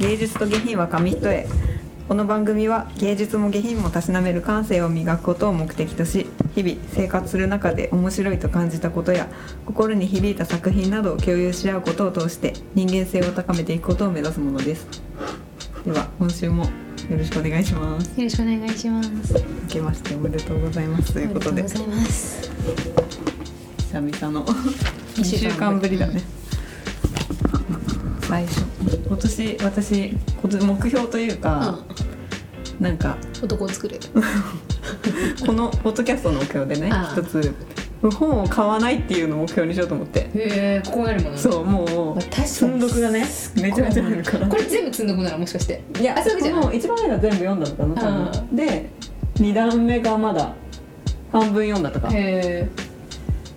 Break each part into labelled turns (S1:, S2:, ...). S1: 芸術と下品は紙一重この番組は芸術も下品もたしなめる感性を磨くことを目的とし日々生活する中で面白いと感じたことや心に響いた作品などを共有し合うことを通して人間性を高めていくことを目指すものですでは今週もよろしくお願いします
S2: よろしくお願いします。
S1: 明けましておめでとうございますということで
S2: ありがとうございます。
S1: 久々の2
S2: 二
S1: 週
S2: 週
S1: 間
S2: 間
S1: ぶ
S2: ぶ
S1: り
S2: り
S1: だね最初今年私今年目標というか、なんか
S2: 男を作る。
S1: このポッドキャストの目標でね
S2: ああ
S1: 一つ本を買わないっていうのを目標にしようと思って
S2: へえ、ここにあるもの。
S1: そうも
S2: まあ確か
S1: う
S2: に
S1: 積んどくがねめちゃめちゃあるから
S2: これ全部積んどくならもしかして。
S1: いや
S2: あそういうわけじゃない
S1: もう一番目が全部読んだのかな
S2: あ
S1: 多
S2: あ
S1: 分で2段目がまだ半分読んだとか
S2: へ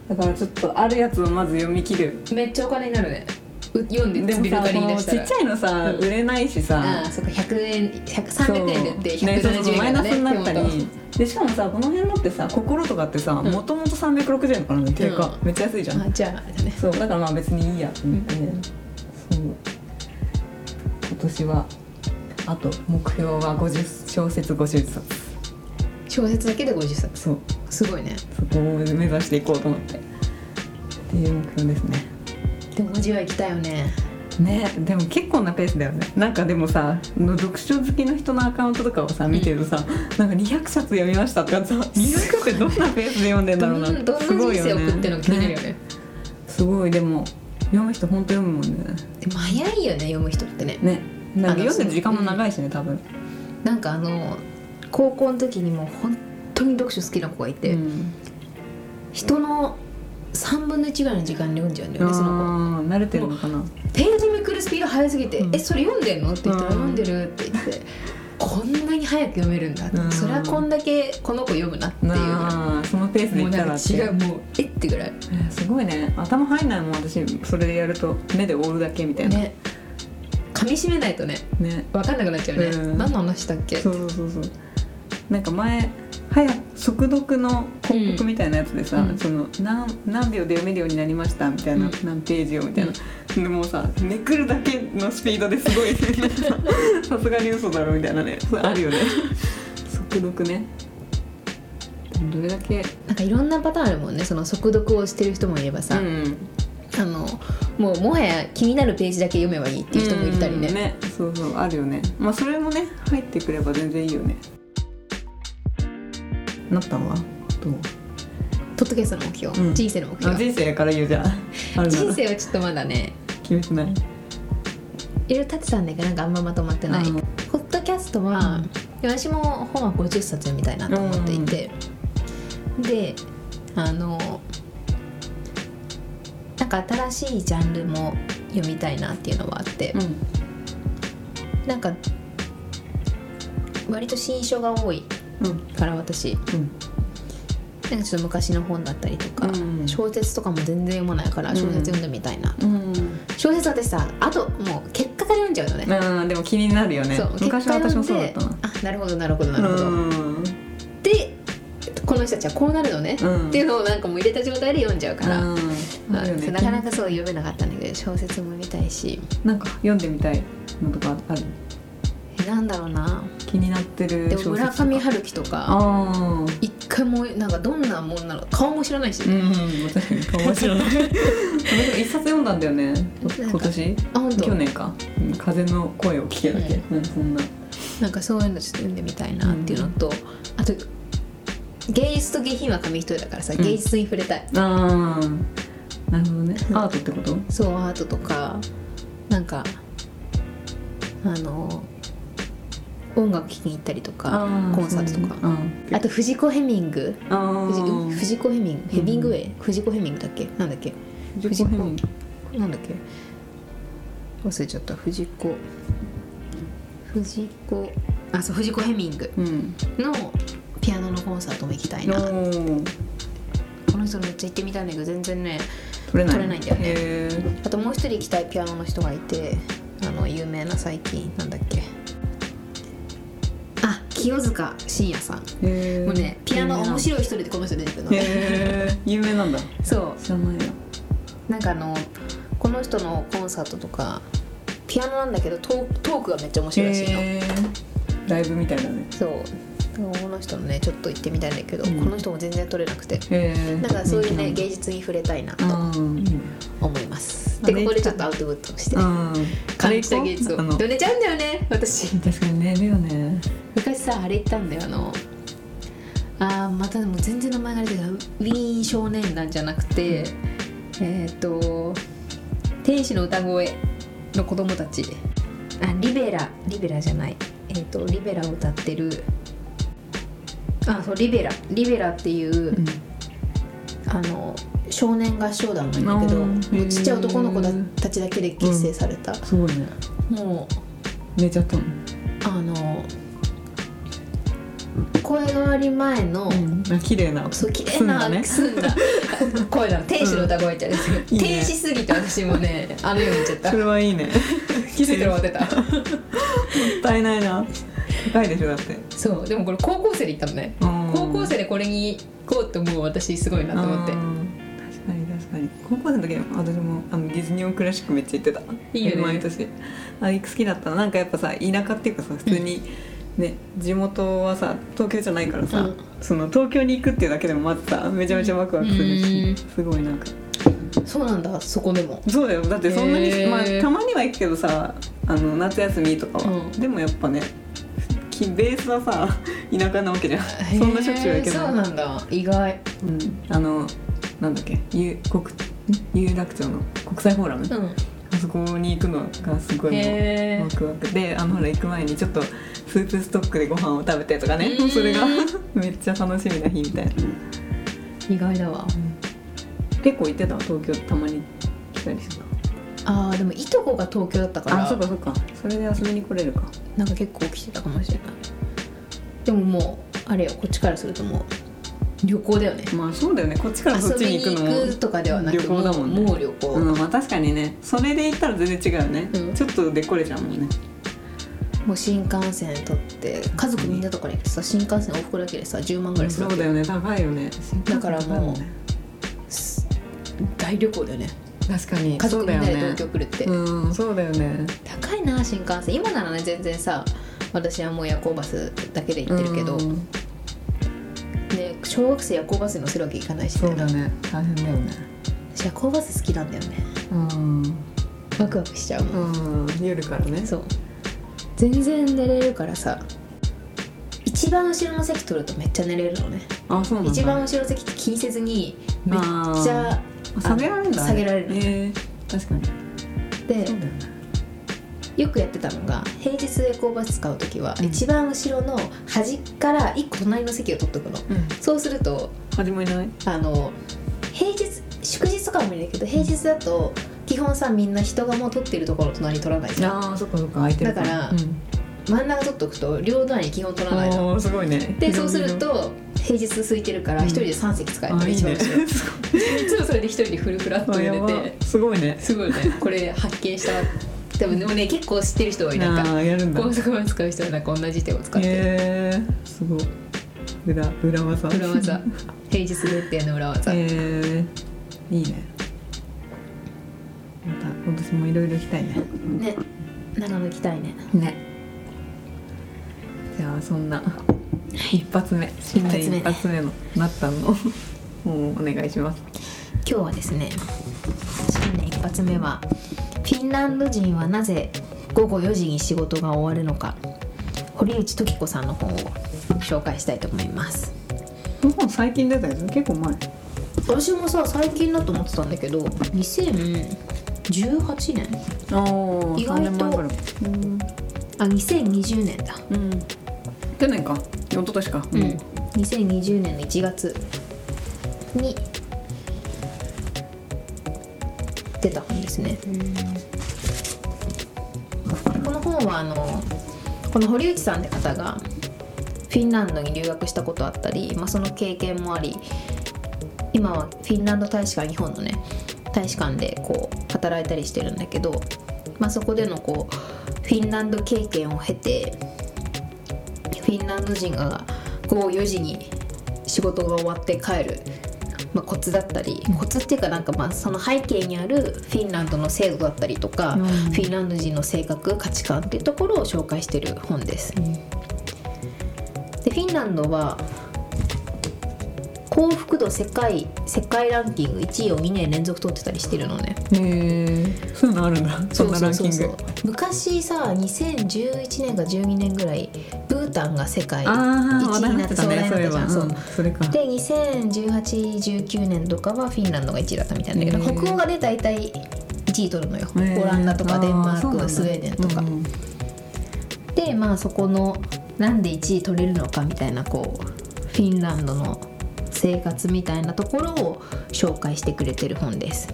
S1: だからちょっとあるやつをまず読み切る
S2: え。めっちゃお金になるね。う読ん
S1: で
S2: で
S1: も
S2: ビル
S1: さ
S2: ダリー
S1: も
S2: 出
S1: う
S2: し
S1: ち
S2: た
S1: っ
S2: ら
S1: ち。ゃいのさ売れないしさ
S2: ああ、そっか、百円、百
S1: そ
S2: 三
S1: う
S2: 百円で売って
S1: ね
S2: 百
S1: そう
S2: 七
S1: そう
S2: 十円
S1: マイ
S2: だ
S1: ナス
S2: ね
S1: になった
S2: 手元
S1: りでしかもさこの辺のってさ心とかってさ
S2: ん
S1: もともと360円とからの定価めっちゃ安いじゃん
S2: あ、じゃあ、じゃあね。
S1: そうだからまあ別にいいやと思って、そう今年はあと目標は50小説50冊
S2: 小説だけで五十冊。
S1: そう
S2: すごいね。
S1: そこを目指していこうと思ってっていう目標ですね
S2: でも、文字は行きたいよね。
S1: ねでも結構なペースだよねなんかでもさの読書好きの人のアカウントとかをさ見てるとさ、なんか200冊読みましたとかさ200ってどんなペースで読んでんだ
S2: ど
S1: ろうんな
S2: な、どんな
S1: すご
S2: 人
S1: いよ
S2: 生を
S1: ね
S2: 送ってるのか気になるよね。
S1: すごいでも読む人本当読むもんね
S2: でも早いよね、読む人ってね。
S1: ねなんか
S2: あの
S1: 読んでる時間も長いしね多分、
S2: なんかあの高校の時にも本当に読書好きな子がいて、
S1: うん
S2: 人の3分の1ぐらいの時間に読んじゃうんだよねその
S1: あー慣れてるのかな
S2: 子ページめくるスピード速すぎて「
S1: うん
S2: えそれ読んでんの?」って言ったら
S1: うん
S2: 「読んでる」って言って「こんなに早く読めるんだ」って
S1: うん
S2: それはこんだけこの子読むなっていうぐら
S1: なあそのペース
S2: い
S1: で
S2: も
S1: いうっ
S2: な
S1: た
S2: ん
S1: ら
S2: か
S1: って
S2: 違うもう「えっ?」てぐらい
S1: えーすごいね頭入んないもん私それでやると目で覆うだけみたいなね
S2: ね噛みしめないとね分かんなくなっちゃうね、
S1: うん
S2: 何の話したっけ
S1: そうそうそうそうなんか前早速読の広告みたいなやつでさ、
S2: うん
S1: その何何秒で読めるようになりましたみたいな、
S2: うん
S1: 何ページをみたいな、でもうさめくるだけのスピードです ごいさすがに嘘だろみたいなねそれあ るよね速読ねどれだけ
S2: なんかいろんなパターンあるもんねその速読をしてる人もいればさ、
S1: ん
S2: あのもうもはや気になるページだけ読めばいいっていう人もいたりね,、
S1: うんねそうそうあるよねまあそれもね入ってくれば全然いいよねなったんはどう
S2: ポッドキャストの目標、
S1: うん
S2: 人生の目
S1: あ
S2: 標
S1: 人生から言うじゃんあるなら
S2: 人生はちょっとまだね
S1: 決めてない
S2: いろいろ立ってたんだけどなんかあんままとまってない
S1: うん
S2: ポッドキャストは、私も本は50冊読みたいなと思っていて、であのなんか新しいジャンルも読みたいなっていうのはあって、なんか割と新書が多い
S1: うんうん
S2: から私なんかちょっと昔の本だったりとか、
S1: うん
S2: 小説とかも全然読まないから
S1: うん
S2: 小説読んでみたいな、
S1: うん、
S2: 小説私さあともう結果から読んじゃうのね
S1: うん、でも気になるよね
S2: そう結果
S1: 昔は
S2: 読ん
S1: 私
S2: で
S1: もそうだったな
S2: あなるほどなるほどなるほど、
S1: うん
S2: でこの人たちはこうなるのね、
S1: うん
S2: っていうのをなんかもう入れた状態で読んじゃうから、
S1: うん
S2: ま
S1: あ
S2: あ
S1: るよね
S2: なかなかそう読めなかったんだけど小説も見たいし
S1: なんか読んでみたいのとかある
S2: えなんだろうな
S1: 気になってる
S2: で
S1: 小
S2: も
S1: 説とか
S2: 村上春樹とか
S1: ああ
S2: 一回もなんかどんなもんなの顔も知らないし、
S1: うん、確かに面 白い。私も一冊読んだんだよね。今年、
S2: あ本当
S1: 去年か。うん風の声を聞けだけ。うん、そんな。
S2: なんかそういうのちょっと読んでみたいなっていうのと、あと芸術と下品は紙一重だからさ、
S1: うん
S2: 芸術に触れたい
S1: ああ、なるほどね。アートってこと？
S2: そうアートとかなんかあの音楽聴きに行ったりとかコンサートとか、
S1: か。
S2: あと藤子ヘミング
S1: ああ
S2: 藤藤子ヘミングヘミングウェイ、藤子ヘミングだっけなんだっけ
S1: 自己変容。
S2: なんだっけ忘れちゃった藤子藤子あそう藤子ヘミング
S1: うん。
S2: のピアノのコンサートも行きたい
S1: お
S2: な
S1: ー
S2: この人めっちゃ行ってみたいんだけど全然ね
S1: 取れない。
S2: 取れないんだよね
S1: へー
S2: あともう一人行きたいピアノの人がいてあの有名な最近なんだっけあ清塚信也さん
S1: へー
S2: もうねピアノ面白い一人でこの人出てくるのね
S1: へー有名なんだ。
S2: そう
S1: 知らないよ。
S2: なんかあのこの人のコンサートとかピアノなんだけどトートークがめっちゃ面白いらしいの、
S1: へーライブみたいだね
S2: そうこの人のねちょっと行ってみたいんだけど、
S1: うん
S2: この人も全然撮れなくて
S1: へえ
S2: なんかそういうね芸術に触れたいなと
S1: うん
S2: 思います、
S1: まあ
S2: でここでちょっとアウトプットして、
S1: うん
S2: 感じた芸術を
S1: あ
S2: で
S1: の
S2: も寝ちゃうんだよね私
S1: 確かに寝るよね
S2: 昔さあれ行ったんだよあのあーまたでも全然名前が出てこないウィーン少年団じゃなくてえっ、と天使の歌声の子供たちあリベラリベラじゃないえっ、とリベラを歌ってるあそうリベラリベラっていう、あの少年合唱団なんだけど
S1: あー
S2: もうちっちゃい男の子だ
S1: へー
S2: たちだけで結成された、
S1: すごいね
S2: もう
S1: 寝ちゃったの
S2: あの声変わり前の、
S1: あ綺麗な
S2: そう綺麗な 澄んだ,、声だ天使の歌声ちゃうんですけど、
S1: いいね
S2: 天使すぎて私もねあのように言っちゃった
S1: それはいいね
S2: 気づいたら終 わって
S1: もったいないな高いでしょだって
S2: たそうでもこれ高校生で行ったのね高
S1: 高
S2: 校生でこれに行こうって思う私すごいなと思って
S1: 確かに確かに高校生の時私もあのディズニーオンクラシックめっちゃ行ってた
S2: いいよね
S1: 毎年あれ好きだったななんかやっぱさ田舎っていうかさ普通に、ね、地元はさ東京じゃないからさ、
S2: うん
S1: その東京に行くっていうだけでもまずさめちゃめちゃワクワクする
S2: うん
S1: しすごいなんか
S2: そうなんだそこでも
S1: そうだよだってそんなに、
S2: へー
S1: まあ、たまには行くけどさあの夏休みとかは、
S2: うん
S1: でもやっぱねきベースはさ田舎なわけじゃんそんなしょっちゅうは行け
S2: へー
S1: ない
S2: そうなんだ意外
S1: うん、あのなんだっけ有国ん有楽町の国際フォーラム、
S2: うん
S1: あそこに行くのがすごいもう
S2: へ
S1: ワクワクであのほら行く前にちょっとスープストックでご飯を食べてとかね
S2: うん
S1: それが めっちゃ楽しみな日みたいな、
S2: ー意外だわ
S1: 結構行ってた東京たまに来たりした
S2: あーでもいとこが東京だったから
S1: あそうかそうかそれで遊びに来れるか
S2: なんか結構来てたかもしれないでももうあれよこっちからするともう旅行だよね
S1: まあそうだよねこっちからそっ
S2: 遊
S1: ちに
S2: びに
S1: 行くの
S2: 行
S1: も
S2: くとかではなく
S1: 旅行だもんね
S2: うもう旅行、
S1: うん、まあ確かにねそれで行ったら全然違うよね、
S2: うん
S1: ちょっとでこれちゃうもんね
S2: もう新幹線取って家族みんなとかに行くとさ新幹線往復だけでさ10万ぐらいする
S1: そ
S2: わけ
S1: うだよね高いよね
S2: だから
S1: 新幹線高いん
S2: もう
S1: ね
S2: 大旅行だよね
S1: 確かに
S2: 家族みんなで東
S1: そ
S2: 京来るって、
S1: うだよねうんそうだよね
S2: 高いな新幹線今ならね全然さ私はもう夜行バスだけで行ってるけど、
S1: うん
S2: ね、小学生夜行バスに乗せるわけいかないし、
S1: そうだね大変だよね
S2: 私夜行バス好きなんだよね
S1: うん、
S2: ワクワクしちゃうもん
S1: うん、夜からね
S2: そう全然寝れるからさ一番後ろの席取るとめっちゃ寝れるのね
S1: あそうなんだ
S2: 一番後ろの席って気にせずにめっちゃ
S1: あ下げられるんだ
S2: 下げられる
S1: えー確かに
S2: で
S1: そうだよね
S2: よくやってたのが平日夜行バス使う時は、
S1: うん
S2: 一番後ろの端から一個隣の席を取っとくの
S1: うん
S2: そうすると
S1: 始まりない
S2: あの平日祝日とかは無理だけど平日だと基本さみんな人がもう取ってるところの隣取らないじゃん
S1: あーそっかそっか空いてる
S2: だから真ん中取っとくと両隣に基本取らないの
S1: おすごいね
S2: でそうすると平日空いてるから
S1: うん
S2: 一人で3席使えるの
S1: あい
S2: 一
S1: い
S2: 番
S1: ね
S2: 後ろいつもそれで一人でフルフラッと
S1: あ
S2: 寝
S1: やば
S2: て
S1: すごいね
S2: すごいねこれ発見したでもでもね結構知ってる人多いなんか
S1: あーやるんだ
S2: 高速バス使う人はなんか同じ手を使って
S1: へえー、すごい裏裏技
S2: る裏技平日限定の裏技
S1: へ えー、いいねまた今年もいろいろ行きたいね
S2: ね長野行きたいね
S1: ねじゃあそんな一発目新年一発目のなったの をもうお願いします
S2: 今日はですね新年一発目はフィンランド人はなぜ午後4時に仕事が終わるのか堀内時子さんの本を紹介したいと思います
S1: この本最近出たやつ結構前
S2: 私もさ最近だと思ってたんだけど2018年
S1: お
S2: 意外
S1: う
S2: と
S1: ん、
S2: あ2020年だ
S1: うん、去年か一昨年か
S2: うん2020年の1月に出た本ですねこの本はあのこの堀内さんって方がフィンランドに留学したことあったり、まあ、その経験もあり今はフィンランド大使館日本のね大使館でこう働いたりしてるんだけど、まあ、そこでのこうフィンランド経験を経てフィンランド人が午後4時に仕事が終わって帰るまあ、コツだったり、コツっていうかなんかまあその背景にあるフィンランドの制度だったりとか、
S1: うん
S2: フィンランド人の性格価値観っていうところを紹介してる本です。でフィンランドは幸福度世界世界ランキング1位を2年連続取ってたりしてるのね。
S1: へえそういうのあるんだそんなランキング
S2: 昔さ2011年か12年ぐらいブータンが世界
S1: ああ
S2: 一
S1: 話
S2: 位
S1: 題
S2: に
S1: にな
S2: なっ
S1: ってて
S2: そ
S1: た
S2: う
S1: ね
S2: 話
S1: そうい
S2: 題
S1: え
S2: に
S1: ば
S2: なったじゃんそう
S1: うんそれか
S2: で201819年とかはフィンランドが1位だったみたいなんだけ
S1: へ
S2: ど
S1: ー
S2: 北欧がね大体1位取るのよオ
S1: へえ
S2: ランダとかデンマ
S1: あそうなん
S2: ーク
S1: だ
S2: スウェーデンとか、
S1: うん
S2: でまあそこのなんで1位取れるのかみたいなこうフィンランドの生活みたいなところを紹介してくれてる本です。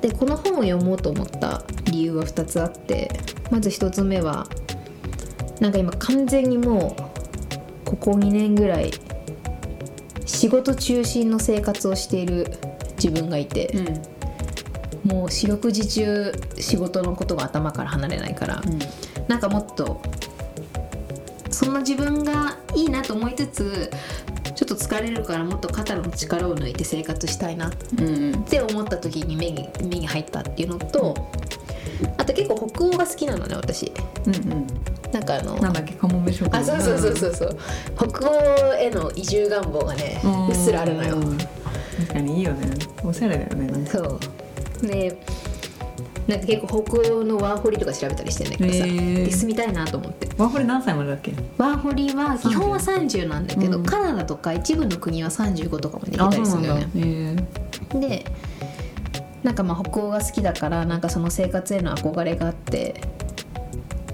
S2: でこの本を読もうと思った理由は2つあってまず1つ目はなんか今完全にもうここ2年ぐらい仕事中心の生活をしている自分がいて、
S1: うん
S2: もう四六時中仕事のことが頭から離れないから、なんかもっとそんな自分がいいなと思いつつちょっと疲れるからもっと肩の力を抜いて生活したいなっ
S1: うんうん
S2: て思った時に目に目に入ったっていうのとあと結構北欧が好きなのね私
S1: うん
S2: なんかあの
S1: うんなんだっけカモメ食
S2: あそうそうそうそうそう北欧への移住願望がねうっすらあるのよ
S1: うん確かにいいよねおしゃれだよねなんか
S2: そうでなんか結構北欧のワーホリとか調べたりしてんだけどさ、
S1: へー
S2: で住みたいなと思って
S1: ワーホリ何歳までだっけ
S2: ワーホリは基本は30なんだけど、
S1: うん
S2: カナダとか一部の国は35とかもできたりするよね。
S1: へえ
S2: でなんかまあ北欧が好きだからなんかその生活への憧れがあって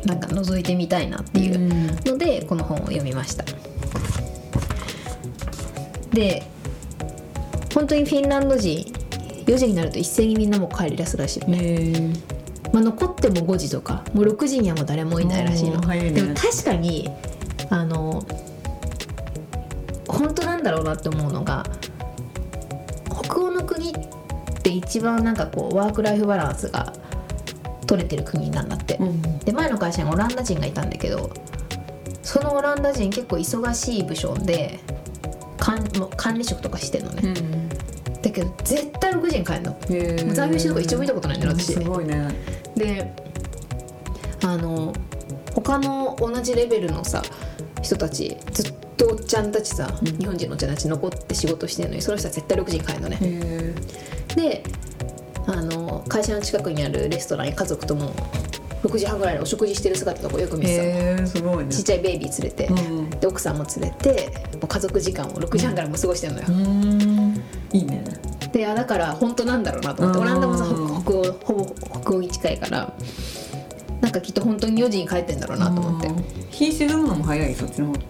S2: なんか覗いてみたいなっていう
S1: うん
S2: ので、この本を読みました。で本当にフィンランド人4時になると一斉にみんなもう帰り出すらしいよね。
S1: へえ
S2: まあ、残っても5時とかもう6時にはもう誰もいないらしいの、
S1: おー早いね
S2: でも確かにあの本当なんだろうなって思うのが北欧の国って一番なんかこうワーク・ライフ・バランスが取れてる国なんだって、で前の会社にオランダ人がいたんだけどそのオランダ人結構忙しい部署で管もう管理職とかしてんのね、だけど絶対6時に帰るの
S1: へ
S2: 残業してるとこ一応見たことないんだよ私
S1: すごいね
S2: であの他の同じレベルのさ人たちずっとおっちゃんたちさ、
S1: うん
S2: 日本人のおっちゃんたち残って仕事してるのにその人は絶対6時に帰るのね、
S1: へ
S2: であの会社の近くにあるレストランに家族とも6時半ぐらいにお食事してる姿とかよく見て
S1: えすごいね
S2: たちっちゃいベイビー連れて、
S1: うん
S2: で奥さんも連れてもう家族時間を6時半からもう過ごしてるのよ、
S1: うんいいね
S2: であだから本当なんだろうなと思って
S1: う
S2: オ
S1: ん
S2: ランダもさ北北欧ほぼ北欧に近いからなんかきっと本当に4時に帰ってんだろうなと思って
S1: うん日沈むのも早いそっちの方って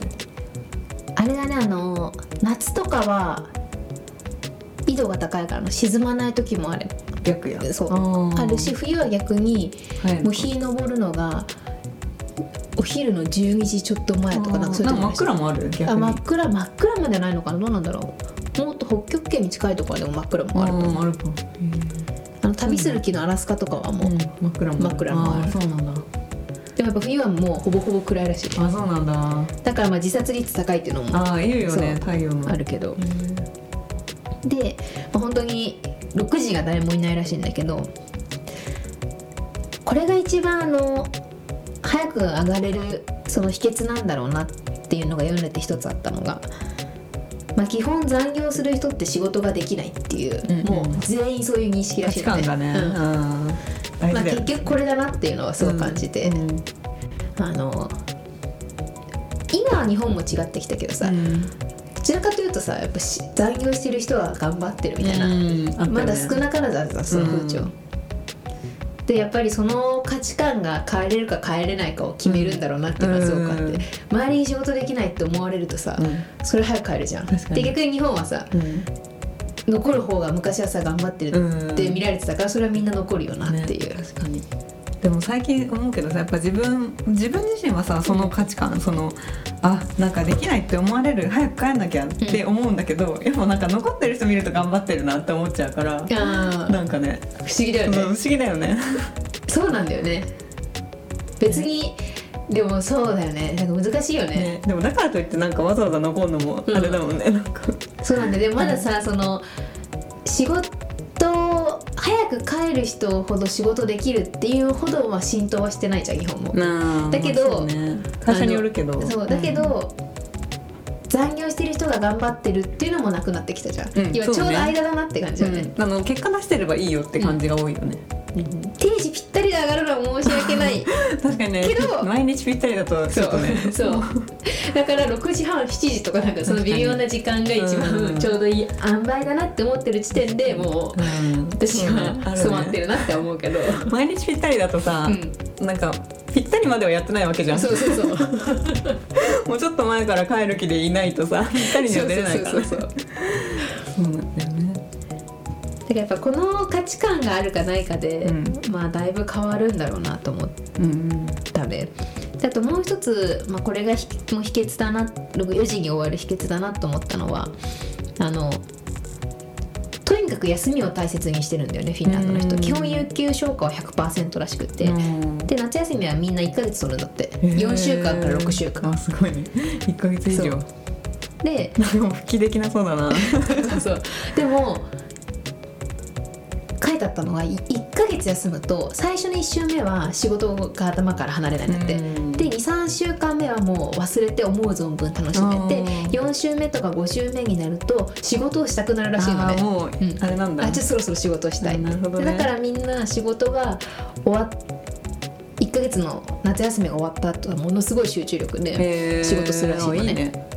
S2: あれがねあの夏とかは緯度が高いからあの沈まない時もある
S1: 逆や
S2: そうあるし冬は逆に
S1: 早い
S2: もう日昇るのがお昼の12時ちょっと前とかなんかそういう
S1: な
S2: と
S1: ん
S2: こ
S1: か真
S2: もあ
S1: っ
S2: るし
S1: 暗もある逆に
S2: あ真っ暗真っ暗まではないのかなどうなんだろうもっと北極圏に近いところでも真っ暗もあると思う
S1: うんあるかも
S2: あの旅する気のアラスカとかはもう、
S1: うん真っ暗も
S2: 真っ暗もある
S1: ーそうなんだ
S2: でもやっぱ冬はもうほぼほぼ暗いらしい
S1: あそうなんだ
S2: だからまあ自殺率高いっていうのも
S1: あー言うよね
S2: そう
S1: 太陽の
S2: あるけどで、まあ、本当に6時が誰もいないらしいんだけどこれが一番あの早く上がれるその秘訣なんだろうなっていうのが読んでて一つあったのが、まあ、基本残業する人って仕事ができないっていう、
S1: うんうん
S2: もう全員そういう認識ら
S1: 価
S2: しい
S1: 値
S2: の
S1: 観がね
S2: うん
S1: うん大
S2: まあ、
S1: 事だよ
S2: 結局これだなっていうのはすごく感じて、
S1: うんうん
S2: あの今は日本も違ってきたけどさ、どちらかというとさやっぱし残業してる人は頑張ってるみたいな、
S1: うんあったよね
S2: まだ少なからずだったその風潮、
S1: うん
S2: でやっぱりその価値観が変えれるか変えれないかを決めるんだろうなっていうのはすごくあって、
S1: うん
S2: 周りに仕事できないって思われるとさ、
S1: うん
S2: それ早く変えるじゃん
S1: 確か
S2: で
S1: に
S2: 逆に日本はさ
S1: うん
S2: 残る方が昔はさ頑張ってるって見られてたからそれはみんな残るよなっていう、
S1: ね確かにでも最近思うけどさやっぱ自分自分自身はさその価値観そのあなんかできないって思われる早く帰んなきゃって思うんだけど、でもなんか残ってる人見ると頑張ってるなって思っちゃうから
S2: あー
S1: なんかね、
S2: 不思議だ
S1: う
S2: よ
S1: ん
S2: ね、
S1: 不思議だよね
S2: そうなんだよね別にでもそうだよねなんか難しいよね
S1: ねでもだからといってなんかわざわざ残るのもあれだもんね、なんか
S2: そうなんだよでもまださその仕事早く帰る人ほど仕事できるっていうほどは浸透はしてないじゃん日本も。
S1: なあ
S2: だけど
S1: まあそうね会社によるけど
S2: そうだけど、残業してる人が頑張ってるっていうのもなくなってきたじゃん、
S1: うん
S2: 今ちょ
S1: そううね
S2: ど間だなって感じ
S1: う
S2: よね、
S1: んあの結果出してればいいよって感じが多いよね、
S2: 定時ぴったりで上がるのは申し訳ない
S1: 確かにね
S2: けど
S1: 毎日ぴったりだとちょっとね
S2: そうだから6時半7時とかなんかその微妙な時間が一
S1: う
S2: 番
S1: ん
S2: ちょうどいい塩梅だなって思ってる時点でもう
S1: うん
S2: 私
S1: そうねある
S2: は
S1: ね
S2: 染まってるなって思うけど、
S1: 毎日ぴったりだとさ、なんかぴったりまではやってないわけじ
S2: う
S1: ゃん
S2: んそうそうそう
S1: もうちょっと前から帰る気でいないとさぴったりには出れないから
S2: そうそうそうそう
S1: そうなんだよね
S2: だからやっぱこの価値観があるかないかで、
S1: う
S2: まあだいぶ変わるんだろうなと思って。
S1: うん
S2: だねであともう一つ、まあ、これがひもう秘訣だな4時に終わる秘訣だなと思ったのはあのとにかく休みを大切にしてるんだよねフィンランドの人
S1: うん
S2: 基本有給消化は100%らしくて、
S1: うん
S2: で夏休みはみんな1ヶ月取るんだって
S1: へー
S2: 4週間から6週間
S1: あすごいね1ヶ月以上
S2: そうで
S1: でも復帰できなそうだな
S2: そうでも書いてあったのが1ヶ月休むと最初の1週目は仕事が頭から離れないんだって、で23週間目はもう忘れて思う存分楽しめて
S1: あー
S2: 4週目とか5週目になると仕事をしたくなる
S1: あ
S2: らしいの
S1: ー
S2: ね
S1: もう
S2: うん
S1: あれなんだ
S2: あじゃあそろそろ仕事したい、
S1: あなるほど
S2: で
S1: ね
S2: だからみんな仕事が終わっ1ヶ月の夏休みが終わった後はものすごい集中力で、
S1: へー
S2: 仕事するらしいのね
S1: あいいねへ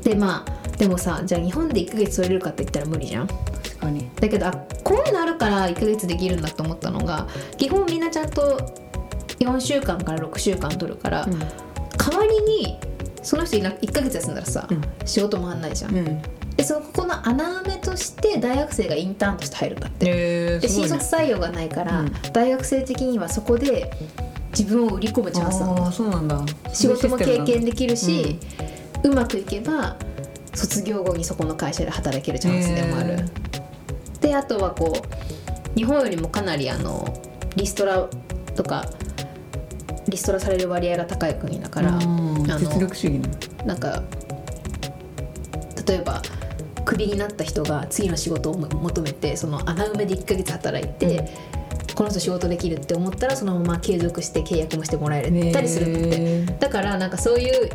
S1: ー
S2: でまあでもさじゃあ日本で1ヶ月取れるかって言ったら無理じゃん
S1: 確かに
S2: だけどあこういうのあるから1ヶ月できるんだと思ったのが基本みんなちゃんと4週間から6週間取るから、代わりにその人いな1ヶ月休んだらさ、
S1: うん
S2: 仕事回んないじゃん、
S1: うん
S2: でそのここの穴埋めとして大学生がインターンとして入るんだって、
S1: え
S2: で新卒採用がないから、
S1: うん
S2: 大学生的にはそこで自分を売り込むチャンスなんだ
S1: あーそうなんだ
S2: 仕事も
S1: そういうシステム
S2: 経
S1: なん
S2: 験できるし、うまくいけば卒業後にそこの会社で働けるチャンスでもある
S1: へ。
S2: であとはこう日本よりもかなりあのリストラとかリストラされる割合が高い国だから、
S1: だうん
S2: あの
S1: 実力主義ね
S2: なんか例えばクビになった人が次の仕事を求めてその穴埋めで1ヶ月働いて、この人仕事できるって思ったらそのまま継続して契約もしてもらえたりするんだって、
S1: へー
S2: だからなんかそういう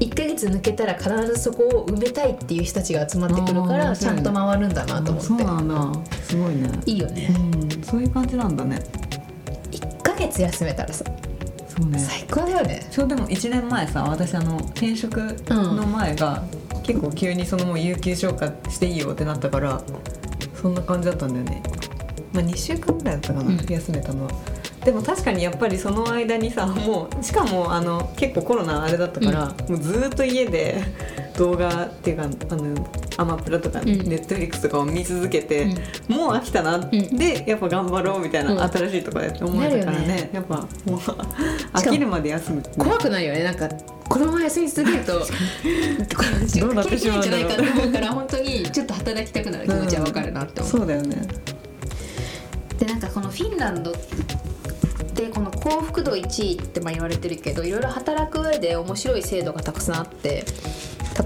S2: 1ヶ月抜けたら必ずそこを埋めたいっていう人たちが集まってくるか
S1: あ
S2: ら
S1: ー
S2: ちゃんと回るんだなと思
S1: そう
S2: っ
S1: なんだすごいね
S2: ていいよね
S1: うんそういう感じなんだね
S2: 1ヶ月休めたらさ
S1: そうね
S2: 最高だよね
S1: ちょうどでも1年前さ私あの転職の前が、結構急にそのもう有給消化していいよってなったからそんな感じだったんだよね、まあ、2週間ぐらいだったかな、
S2: うん
S1: 休めたのはでも確かにやっぱりその間にさもうしかもあの結構コロナあれだったから、もうずーっと家で 動画っていうかあのアマプラとか、
S2: ん
S1: ネットフリックスとかを見続けて、もう飽きたな、
S2: ん
S1: でやっぱ頑張ろうみたいな、
S2: うん
S1: 新しいとこでって思えたからね
S2: なるよ
S1: やっぱもう飽きるまで休むってね
S2: 怖くないよねなんかこのまま休み続けると この仕
S1: どうなってしまうんだろう
S2: 経験ないんじゃないかと思うから本当にちょっと働きたくなる気持ちはわかるなって思う、
S1: そうだよね
S2: でなんかこのフィンランドでこの幸福度1位ってまあ言われてるけどいろいろ働く上で面白い制度がたくさんあって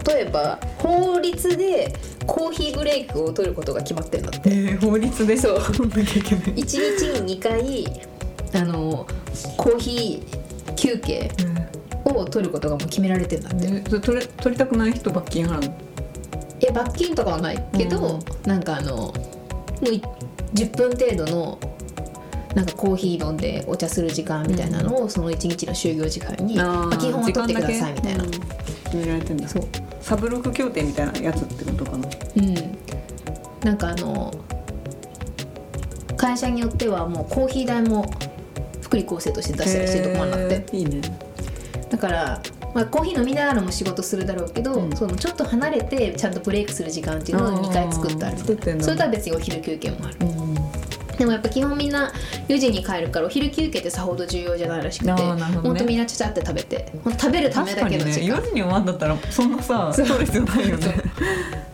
S2: 例えば法律でコーヒーブレイクを取ることが決まってるんだって
S1: えー、法律で
S2: そう
S1: 取んなきゃいけない
S2: 1日に2回あのコーヒー休憩を取ることがもう決められてるんだって、
S1: えそれ取れ取りたくない人罰金払う
S2: いや罰金とかはないけど、なんかあのもうい10分程度のなんかコーヒー飲んでお茶する時間みたいなのを、その1日の就業時間に、
S1: あー
S2: まあ、基本は取ってくださいみたいな、
S1: 時間だけうん決められてんだ
S2: そう
S1: サブロック協定みたいなやつってことかな
S2: うんなんかあの会社によってはもうコーヒー代も福利厚生として出したりしてるとこもあるんだって
S1: えーいいね
S2: だから、まあ、コーヒー飲みながらも仕事するだろうけど、
S1: うん
S2: そのちょっと離れてちゃんとブレイクする時間っていうのを2回作ってある
S1: あー作ってんだ
S2: それとは別にお昼休憩もある
S1: うん
S2: でもやっぱ基本みんな4時に帰るからお昼休憩ってさほど重要じゃないらしくて
S1: あーなるほどね
S2: ほんとみんなちゃちゃって食べてほんと食べるため
S1: 確
S2: だ
S1: か
S2: け
S1: に
S2: の
S1: ね
S2: 時間、
S1: 4時に終わんだったらそんなさ取る必要ないよね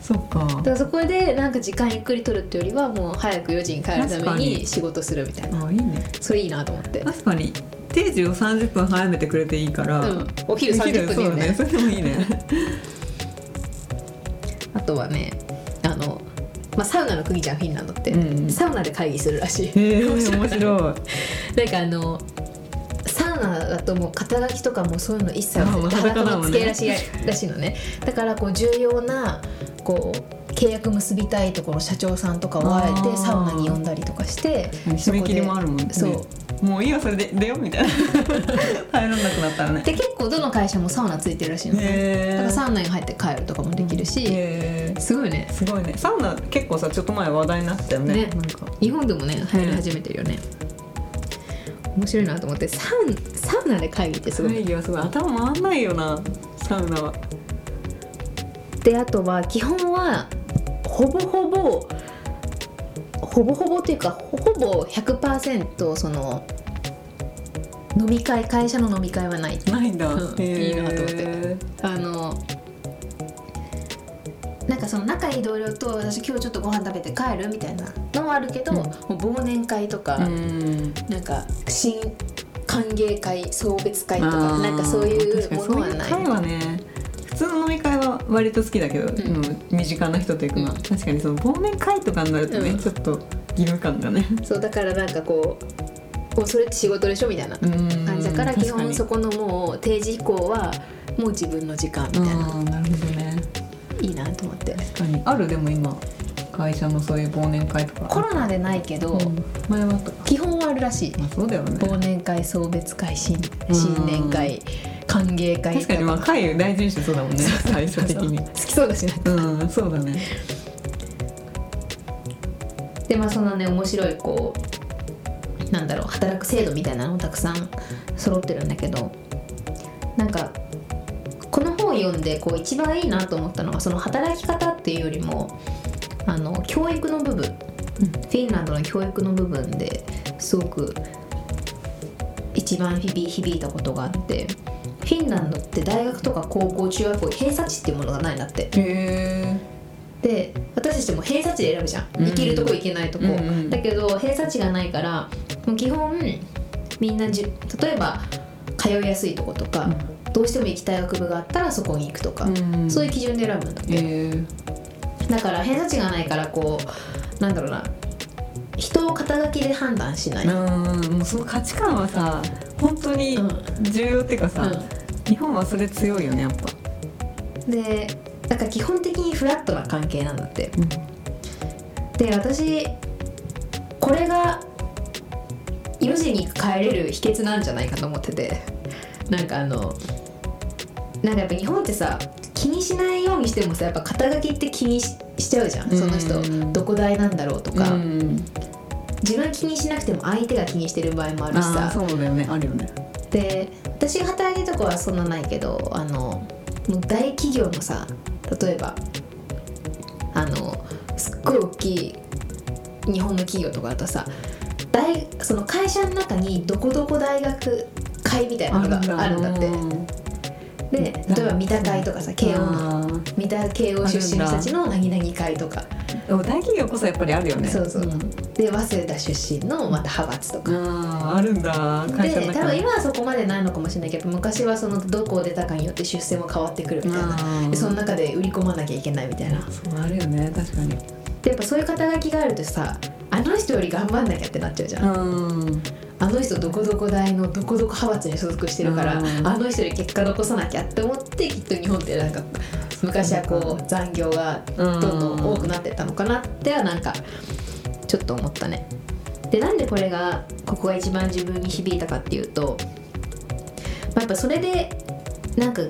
S1: そっか
S2: だからそこでなんか時間ゆっくり取るってよりはもう早く4時に帰る
S1: 確
S2: た
S1: か
S2: めに
S1: に
S2: 仕事するみたいな
S1: あいいね
S2: それいいなと思って、
S1: 確かに定時を30分早めてくれていいから、
S2: うんお昼
S1: そ
S2: 30分で
S1: うだ
S2: ね
S1: ねそれでもいいね
S2: あとはねあの、まあ、サウナの国じゃんフィンランドって、
S1: うんうん
S2: サウナで会議するらしい
S1: えー、面白い
S2: なんかあのサウナだともう肩書きとかもそういうの一切
S1: あもう
S2: 裸
S1: 裸だ
S2: の
S1: もん
S2: 付
S1: ね
S2: けらしいらしいのねだからこう重要なこう契約結びたいところ社長さんとかをあえ
S1: あ
S2: て
S1: ー
S2: サウナに呼んだりとかして
S1: 締め切りもあるもんね
S2: そこでそう
S1: もういいよそれで出ようみたい な入らなくなったらね
S2: で結構どの会社もサウナついてるらしいのねだ
S1: へ
S2: から
S1: ー
S2: サウナに入って帰るとかもできるし
S1: へー
S2: すごいね
S1: すごいねサウナ結構さちょっと前話題になってたよね
S2: ね
S1: なんか
S2: 日本でもね流行り始めてるよね面白いなと思ってサウサウナで会議ってすごい
S1: 会議はすごい頭回んないよなサウナは
S2: であとは基本はほぼほぼほぼほぼっていうかほほぼ100%その飲み会会社の飲み会はない
S1: ないんだ、
S2: うん
S1: へー
S2: いいなと思ってあのなんかその仲いい同僚と私今日ちょっとご飯食べて帰るみたいなのはあるけど、
S1: うん
S2: もう忘年会とか、
S1: うん
S2: なんか新歓迎会送別会と
S1: あ
S2: か
S1: ー
S2: なんかそういう
S1: 確かに
S2: ものはない
S1: そういう会はね普通の飲み会は割と好きだけど、
S2: ん
S1: うん身近な人と行くのは、
S2: うん
S1: 確かにその忘年会とかになるとね、
S2: うん
S1: ちょっと義務感がね
S2: そうだからなんかこうこうそれって仕事でしょみたいな
S1: 感
S2: 感じだから基本そこのもう定時以降はもう自分の時間みたいな、
S1: ああなるほどね
S2: いいなと思って
S1: 確かにあるでも今会社のそういう忘年会とか
S2: コロナでないけど、
S1: うん前はあったか
S2: 基本はあるらしい
S1: まあそうだよ
S2: 忘
S1: ね
S2: 年会送別会新新年会歓迎会
S1: 確かにまあ会を大事にしてそうだもんね最初的に
S2: 好きそうだしね
S1: うんそうだね
S2: でまあそんなね面白いこうなんだろう働く制度みたいなのもたくさん揃ってるんだけどなんかこの本読んでこう一番いいなと思ったのがその働き方っていうよりもあの教育の部分、フィンランドの教育の部分ですごく一番響響いたことがあってフィンランドって大学とか高校中学校偏差値っていうものがないんだって
S1: へえ
S2: で私たちも偏差値で選ぶじゃん
S1: うん
S2: 行けるとこ行けないとこ、
S1: うんうん
S2: だけど偏差値がないからもう基本みんなじゅ例えば通いやすいとことか、どうしても行きたい学部があったらそこに行くとか、
S1: うん
S2: そういう基準で選ぶんだって、
S1: へえ
S2: だから偏差値がないからこうなんだろうな人を肩書きで判断しない、
S1: うんもうその価値観はさ本当に
S2: う
S1: 重要っていうかさ、日本はそれ強いよねやっぱ、
S2: うんでなんか基本的にフラットな関係なんだってで私これが4時に帰れる秘訣なんじゃないかと思っててなんかあのなんかやっぱ日本ってさ気にしないようにしてもさやっぱ肩書きって気にししちゃうじゃんその
S1: う
S2: 人
S1: ん
S2: どこ大なんだろうと
S1: う
S2: か、
S1: ん
S2: 自分は気にしなくても相手が気にしてる場合もあるし
S1: ああ
S2: さ
S1: そうだよねあるよね
S2: で私が働いてるとこはそんなないけどあのもう大企業のさ例えばあのすっごい大きい日本の企業とかだとさ大その会社の中にどこどこ大学会みたいなのがあるんだってで例えば三田会とかさ慶応の
S1: あー
S2: 三田慶応出身の人たちの何々会とか
S1: でも大企業こそやっぱりあるよね
S2: そうそうんで早稲田出身のまた派閥とか
S1: あーあるんだ会社の
S2: で多
S1: 中
S2: 分
S1: に
S2: 今はそこまでないのかもしれないけど昔はそのどこを出たかによって出世も変わってくるみたいな
S1: あー
S2: でその中で売り込まなきゃいけないみたいな
S1: そうあるよね確かに
S2: でやっぱそういう肩書きがあるとさあの人より頑張んなきゃってなっちゃうじゃん、
S1: うん
S2: あの人どこどこ大のどこどこ派閥に所属してるから、
S1: うん
S2: あの人より結果残さなきゃって思ってきっと日本ってなんか昔はこう残業がどんどん多くなってったのかなってはなんかちょっと思ったね。でなんでこれがここが一番自分に響いたかっていうと、まあ、やっぱそれでなんか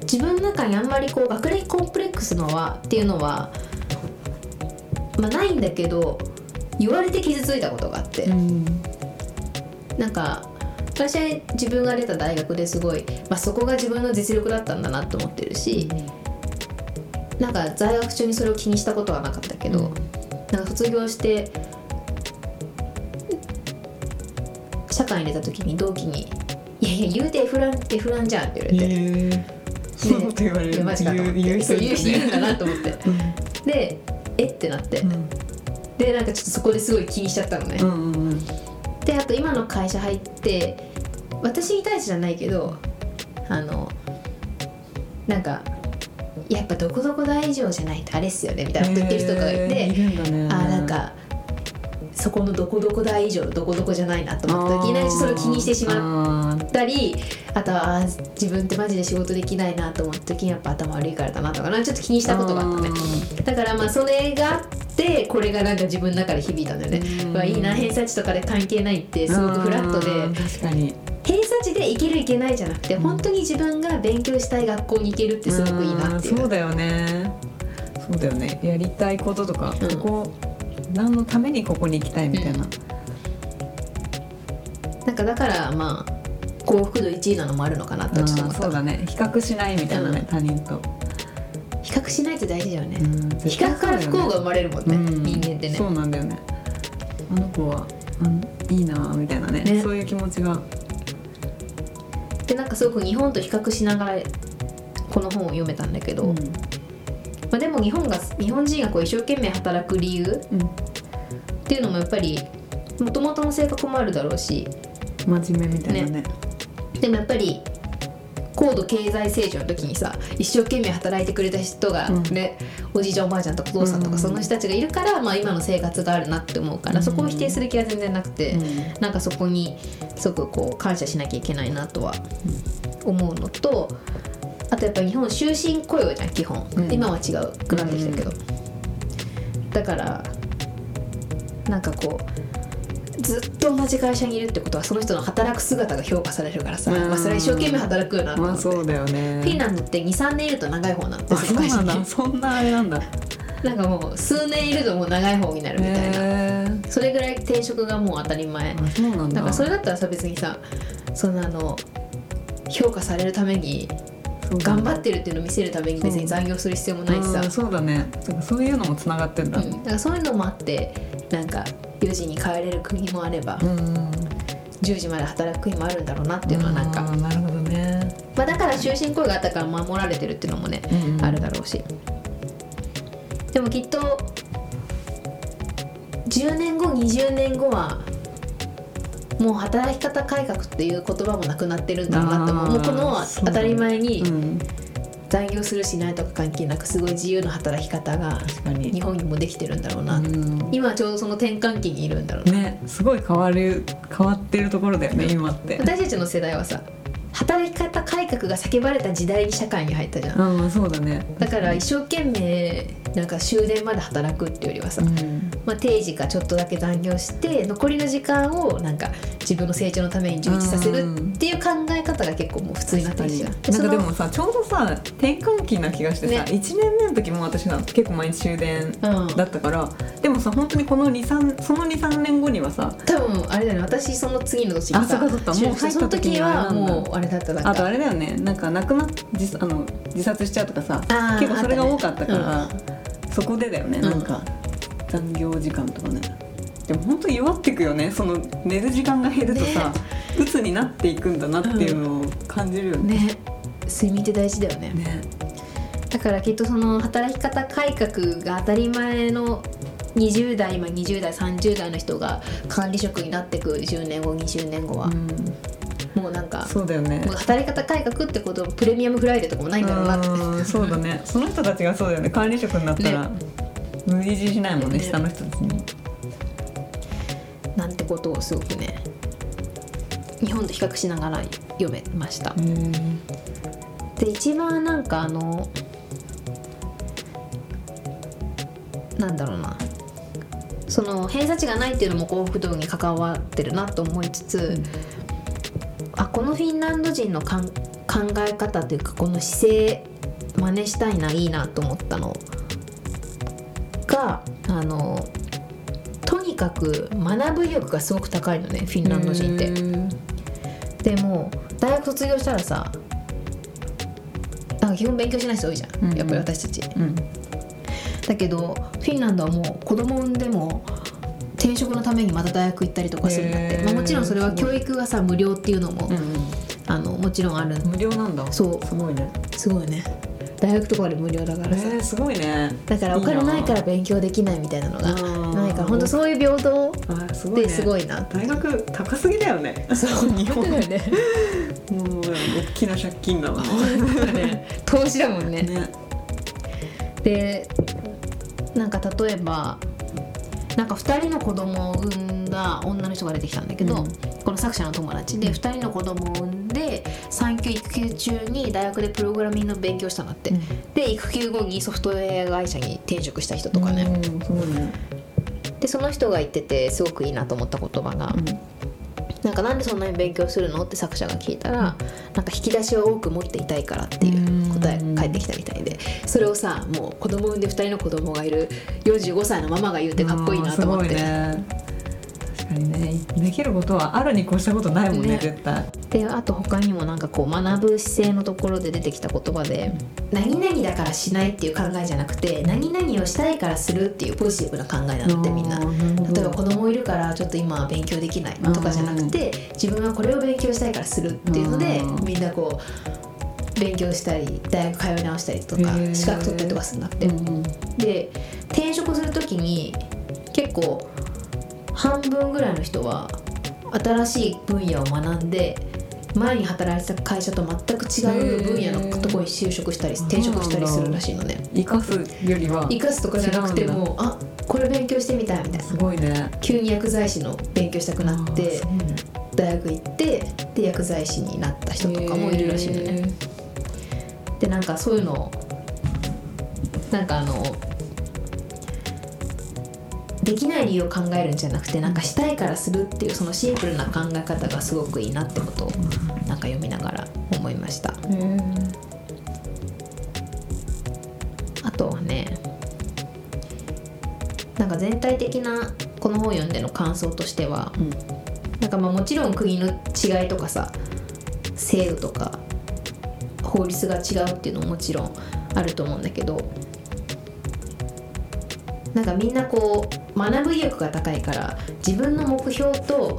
S2: 自分の中にあんまりこう学歴コンプレックスのはっていうのは、まあ、ないんだけど言われて傷ついたことがあって。
S1: うん
S2: なんか私は自分が出た大学ですごい、まあ、そこが自分の実力だったんだなと思ってるしなんか在学中にそれを気にしたことはなかったけど、なんか卒業して社会に出た時に同期に「いやいや言うてエフランエフランじゃん」って言われて。
S1: へえそんなこと言われ
S2: いや
S1: る
S2: マジかと
S1: 言
S2: 思っ
S1: う
S2: て
S1: 言う人
S2: そう言う人
S1: い
S2: い
S1: る
S2: るん
S1: よ
S2: だ
S1: ね
S2: なと思ってでえってなって、でなんかちょっとそこですごい気にしちゃったのね、
S1: うんうんうんうん
S2: であと今の会社入って私に対してじゃないけどあのなんかやっぱどこどこ大以上じゃないとあれっすよねみたいなこと言ってる人とかがいて、
S1: へーいるんだね
S2: あーなんかそこのどこどこ大以上のどこどこじゃないなと思った時いきなりそれを気にしてしまっ
S1: ま
S2: たりあとはあー自分ってマジで仕事できないなと思った時にやっぱ頭悪いからだなとかなちょっと気にしたことがあったねだからまあそれがあってこれがなんか自分の中で響いたんだよね
S1: うん
S2: うわいいな偏差値とかで関係ないってすごくフラットで
S1: 確かに
S2: 偏差値でいけるいけないじゃなくて本当に自分が勉強したい学校に行けるってすごくいいなっていう
S1: うんそうだよねそうだよねやりたいこととか、
S2: うん
S1: ここ何のためにここに行きたいみたいな、
S2: なんかだからまあ幸福度1位なのもあるのかなとちょっと
S1: あ
S2: 思
S1: ー
S2: っ
S1: そう
S2: た
S1: だね比較しないみたいなね、
S2: うん
S1: 他人と、
S2: 比較しないって大事だよね、
S1: うん
S2: 比較から不幸が生まれるもんね、
S1: うん
S2: 人間ってね
S1: そうなんだよねあの子はあのいいなぁみたいなね
S2: ね
S1: そういう気持ちが
S2: でなんかすごく日本と比較しながらこの本を読めたんだけど、
S1: うん
S2: まあ、でも日本が日本人がこう一生懸命働く理由っ
S1: うん
S2: ていうのもやっぱりもともとの性格もあるだろうし
S1: 真面目みたいなね
S2: でもやっぱり高度経済成長の時にさ一生懸命働いてくれた人が、
S1: うん
S2: ねおじいちゃんおばあちゃんとかお父さん
S1: う
S2: と
S1: ん
S2: かその人たちがいるから、まあ、今の生活があるなって思うから、
S1: うん
S2: そこを否定する気は全然なくて、
S1: うん
S2: なんかそこにすごくこう感謝しなきゃいけないなとは思うのとあとやっぱ日本終身雇用じゃん基本、
S1: うん
S2: 今は違うくなってきたけど、だからなんかこうずっと同じ会社にいるってことはその人の働く姿が評価されるからさ、
S1: うん
S2: まあ、それは一生懸命働くよなと
S1: まあ
S2: 思って、
S1: そうだよね
S2: フィンランドって23年いると長い方なんで
S1: あ
S2: す
S1: そ
S2: よ
S1: う
S2: 会社
S1: な
S2: に
S1: んだそんなあれなんだみ
S2: なんかもう数年いるともう長い方になるみたいな、
S1: ー、
S2: それぐらい転職がもう当たり前、
S1: あそうなんだ
S2: なんかそれだったらさ別にさそんなあの評価されるために
S1: そうだね
S2: 頑張ってるっていうのを見せるために別に残業する必要もないしさ、
S1: うんそうだねそうかそういうのもつながってんだ、
S2: うん、だからそういうのもあってなんか4時に帰れる国もあれば、
S1: うん
S2: 10時まで働く国もあるんだろうなっていうのはなんか、
S1: あーなるほどね、
S2: まあ、だから終身雇用があったから守られてるっていうのもね、あるだろうしでもきっと10年後20年後はもう働き方改革っていう言葉もなくなってるんだろうなって思う
S1: あー
S2: もうこの
S1: そうだ
S2: 当たり前に
S1: うん
S2: 残業するしないとか関係なくすごい自由な働き方が
S1: 確か
S2: 日
S1: に、
S2: 本にもできてるんだろう
S1: う
S2: な、
S1: ん、
S2: 今ちょうどその転換期にいるんだろうな、
S1: ねすごい変わる変わってるところだよね今って
S2: 私たちの世代はさ働き方改革が叫ばれた時代に社会に入ったじゃん
S1: うんそうだね
S2: だから一生懸命なんか終電まで働くっていうよりはさ、
S1: うん
S2: まあ、定時かちょっとだけ残業して残りの時間をなんか自分の成長のために充実させるっていう考え方が結構もう普通になってきちゃう。
S1: なん
S2: そ
S1: か
S2: の
S1: でもさちょうどさ転換期な気がしてさ、
S2: ね
S1: 1年目の時も私が結構毎日終電
S2: うん
S1: だったから、でもさ本当にこの23その23年後にはさ
S2: 多分あれだよね私その次の年に
S1: あそ
S2: さ
S1: うかそうかもう入った時に
S2: その時はもうあれだったなんか
S1: あとあれだよねなんか亡くなっ自あの自殺しちゃうとかさ
S2: あー
S1: 結構それが
S2: あ
S1: 多
S2: った
S1: か
S2: ね
S1: ったからそこでだよね、
S2: うん
S1: なんか残業時間とかねでも本当に弱っていくよねその寝る時間が減るとさ、
S2: ね
S1: 鬱になっていくんだなっていうのを感じるよね。
S2: ね睡眠って大事だよね
S1: ね
S2: だからきっとその働き方改革が当たり前の20代今20代30代の人が管理職になってく10年後20年後は
S1: う、ん
S2: もうなんか
S1: そうだよね
S2: もう働き方改革ってことプレミアムフライデーとかもないんだろうなっ
S1: う
S2: て
S1: んそうだねその人たちがそうだよね管理職になったら、無理強いしないもんね
S2: ね
S1: 下の人たちに
S2: なんてことをすごくね日本と比較しながら読めましたで一番なんかあのなんだろうなその偏差値がないっていうのも幸福度に関わってるなと思いつつあこのフィンランド人のかん考え方というかこの姿勢真似したいないいなと思ったのがあのとにかく学ぶ意欲がすごく高いのねフィンランド人って。でも大学卒業したらさなんか基本勉強しない人多いじゃん、
S1: うん
S2: やっぱり私たち
S1: うん
S2: だけどフィンランドはもう子供産んでも転職のためにまた大学行ったりとかするんだって
S1: へ、ー
S2: まあ、もちろんそれは教育がさ無料っていうのも、
S1: うんうん
S2: あのもちろんある
S1: 無料なんだ
S2: そう
S1: すごいね
S2: すごいね大学とかで無料だか
S1: え
S2: らさ、
S1: ー、すごいね
S2: だからお金ないから勉強できないみたいなのが
S1: うん
S2: ないから本当そういう平等
S1: あすごい
S2: で
S1: ね
S2: すごいな
S1: 大学高すぎだよね
S2: そう日本だよ ね
S1: もう大きな借金だわ
S2: 投資だもんね
S1: ね
S2: でなんか例えばなんか2人の子供を産んだ女の人が出てきたんだけど、
S1: うん
S2: この作者の友達で2人の子供を産んで産休育休中に大学でプログラミングの勉強したんだって、
S1: うん
S2: で育休後にソフトウェア会社に転職した人とかね、
S1: うんそうね
S2: でその人が言っててすごくいいなと思った言葉が、
S1: うん
S2: なんかなんでそんなに勉強するのって作者が聞いたら、なんか引き出しを多く持っていたいからっていう答えが返ってきたみたいでそれをさもう子供産んで2人の子供がいる45歳のママが言うってかっこいいなと思っ
S1: うん
S2: て、
S1: すごいね確かにねできることはあるに越したことないもんね
S2: ね
S1: 絶対
S2: であと他にもなんかこう学ぶ姿勢のところで出てきた言葉で何々だからしないっていう考えじゃなくて何々をしたいからするっていうポジティブな考えなんだってみんな
S1: あーなるほど
S2: 例えば子供いるからちょっと今は勉強できないとかじゃなくて自分はこれを勉強したいからするっていうので
S1: うん
S2: みんなこう勉強したり大学通い直したりとか
S1: へー
S2: 資格取ったりとかするんだって。
S1: うん
S2: で転職する時に結構半分ぐらいの人は新しい分野を学んで前に働いてた会社と全く違う分野
S1: へ
S2: の
S1: ー
S2: とこに就職したり転職したりするらしいのね
S1: 生かすよりは
S2: 生かすとかじゃなくて
S1: 違うんだ
S2: もうあこれ勉強してみたいみたいな
S1: すごいね
S2: 急に薬剤師の勉強したくなって
S1: あーそうね
S2: 大学行ってで薬剤師になった人とかもいるらしいのね。
S1: へー
S2: でなんかそういうのをなんかあのできない理由を考えるんじゃなくてなんかしたいからするっていうそのシンプルな考え方がすごくいいなってことをなんか読みながら思いましたあとはねなんか全体的なこの本読んでの感想としては、
S1: うん
S2: なんかまあもちろん国の違いとかさ制度とか法律が違うっていうのももちろんあると思うんだけどなんかみんなこう学ぶ意欲が高いから自分の目標と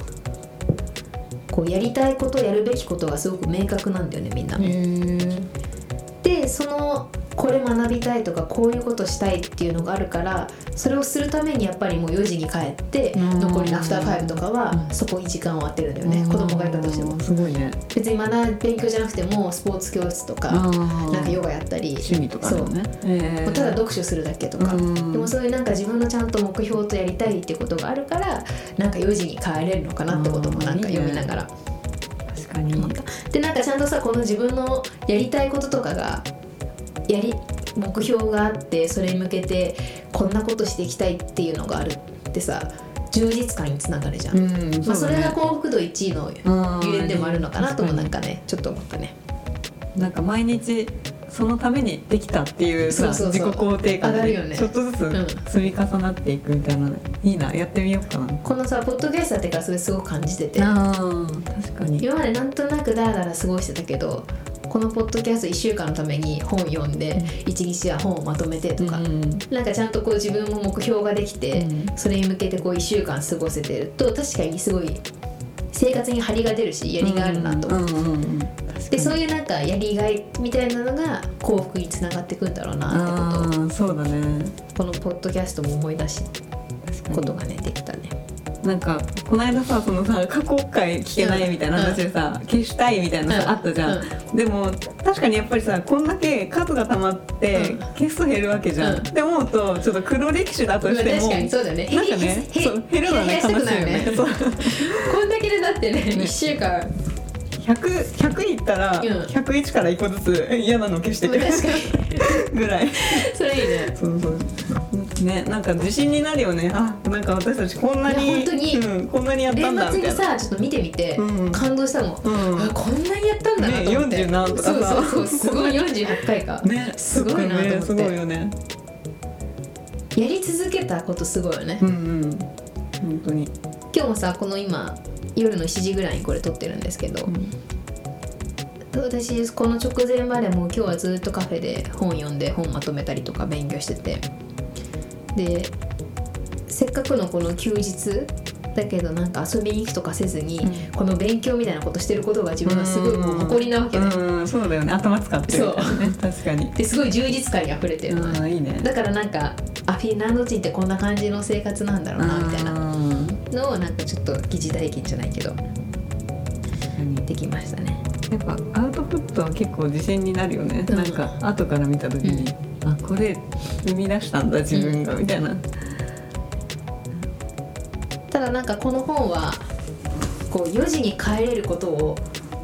S2: こうやりたいことやるべきことがすごく明確なんだよねみんな。でそのこれ学びたいとかこういうことしたいっていうのがあるからそれをするためにやっぱりもう4時に帰って
S1: うん
S2: 残りのアフターファイブとかは
S1: うん
S2: そこに時間を当てるんだよね子供がいたとしても
S1: すごいね
S2: 別に学勉強じゃなくてもスポーツ教室とか
S1: な
S2: なんかヨガやったり
S1: 趣味とかあるのね
S2: そうもうただ読書するだけとか
S1: うん
S2: でもそういうなんか自分のちゃんと目標とやりたいってことがあるからなんか4時に帰れるのかなってこともなんか読みながら
S1: 確かに
S2: 思ったでなんかちゃんとさこの自分のやりたいこととかがやり目標があってそれに向けてこんなことしていきたいっていうのがあるってさ充実感につながるじゃん、
S1: うん
S2: まあ、それが
S1: こ
S2: 幸福度1位の
S1: う
S2: ゆえんでもあるのかなとも
S1: ん
S2: なんかねちょっと思ったね
S1: なんか毎日そのためにできたっていうさ
S2: そうそうそう
S1: 自己肯定感
S2: 上
S1: が
S2: がるよね
S1: ちょっとず
S2: ん
S1: つ積み重なっていくみたいな、いいなやってみようかな
S2: このさポッドキャストやってからそれすごく感じてて
S1: あ確かに
S2: 今までなんとなくダラダラ過ごしてたけどこのポッドキャスト1週間のために本読んで1日は本をまとめてとか、
S1: うん
S2: なんかちゃんとこう自分も目標ができて、
S1: うん
S2: それに向けてこう1週間過ごせてると確かにすごい生活に張りが出るしやりがあるなと、
S1: うんうんうん確かに
S2: でそういうなんかやりがいみたいなのが幸福につながってくんだろうなって
S1: あ
S2: こ
S1: ーそうだね
S2: とをこのポッドキャストも思い出す
S1: 確かに
S2: ことがねできたね。
S1: なんかこの間さそのさ過去回聞けないみたいな話でさ、消したいみたいなさ、
S2: うん
S1: あったじゃん、でも確かにやっぱりさこんだけ数が溜まって、
S2: うん
S1: 消すと減るわけじゃん、
S2: うん
S1: って思うとちょっと黒歴史だと
S2: まあ
S1: して
S2: 確
S1: も、
S2: かにそうだね。
S1: なんかね
S2: へへ
S1: そう減るのは
S2: へ
S1: ね
S2: へ
S1: 悲
S2: へへしたく
S1: しい
S2: な
S1: よ
S2: る
S1: ね
S2: ね
S1: そう
S2: こんだけでだってね、1週間、
S1: 100, 100いったら、
S2: うん
S1: 101から1個ずつ嫌なの消してい
S2: まあ
S1: く
S2: 確か
S1: ぐらい
S2: にそれいいね。
S1: そうそうねなんか自信になるよねあなんか私たちこんない
S2: や
S1: に
S2: 本当に
S1: うん、こんなにやったんだ
S2: 年末
S1: み
S2: に
S1: たいな。
S2: さちょっと見てみて、
S1: うん
S2: 感動したもん、
S1: うん
S2: あこんなにやったんだなと思って、
S1: ね40何とかさ
S2: そうそうそうすごい48回か、
S1: ね、
S2: すごいなと思って
S1: ねすごいよね。
S2: やり続けたことすごいよね、
S1: うんうん。本当に。
S2: 今日もさこの今夜の7時ぐらいにこれ撮ってるんですけど、私この直前までもう今日はずっとカフェで本読んで本まとめたりとか勉強しててでせっかくのこの休日だけどなんか遊びに行くとかせずに、
S1: うん
S2: この勉強みたいなことしてることが自分はすごいもう誇りなわけで、
S1: うん、そうだよね。頭使ってるみたいなね。確かに。
S2: ですごい充実感にあふれてるのね、
S1: うん、いいね。
S2: だからなんかあフィンランド人ってこんな感じの生活なんだろうなみたいな
S1: うん
S2: のをなんかちょっと疑似体験じゃないけど
S1: 確かに
S2: できましたね
S1: やっぱアウトプットは結構自信になるよね。
S2: うん
S1: なんか後から見た時に、あこれ生み出したんだ自分がみたいな
S2: ただなんかこの本はこう4時に帰れることを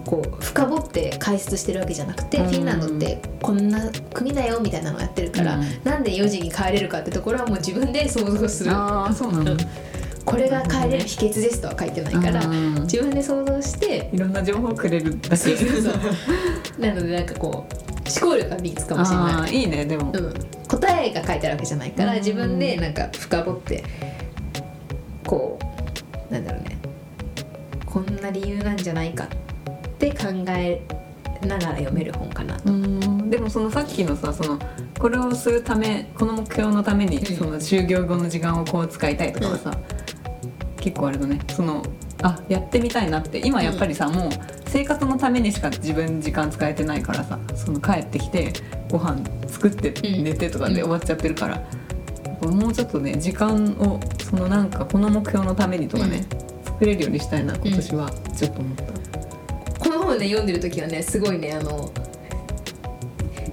S2: こう深掘って解説してるわけじゃなくて、
S1: うん
S2: フィンランドってこんな国だよみたいなのをやってるから、
S1: うん
S2: なんで4時に帰れるかってところはもう自分で想像する
S1: ああそうな
S2: うんこれが帰れる秘訣ですとは書いてないから、自分で想像して
S1: いろんな情報くれるだ
S2: そ
S1: け
S2: うそうそうなのでなんかこう思考力が身につくかもしれない
S1: あ。ーいいねでも、
S2: うん、答えが書いてあるわけじゃないから
S1: うん
S2: 自分でなんか深掘ってこうなんだろうねこんな理由なんじゃないかって考えながら読める本かな。
S1: でもそのさっきのさそのこれをするためこの目標のために、
S2: うん
S1: その就業後の時間をこう使いたいとかはさ、結構あれだねそのあやってみたいなって今やっぱりさ、もう生活のためにしか自分時間使えてないからさその帰ってきてご飯作って
S2: うん
S1: 寝てとかで
S2: うん
S1: 終わっちゃってるから、もうちょっとね時間をそのなんかこの目標のためにとかね、作れるようにしたいな今年はちょっと思った。
S2: この本をね読んでる時はねすごいねあの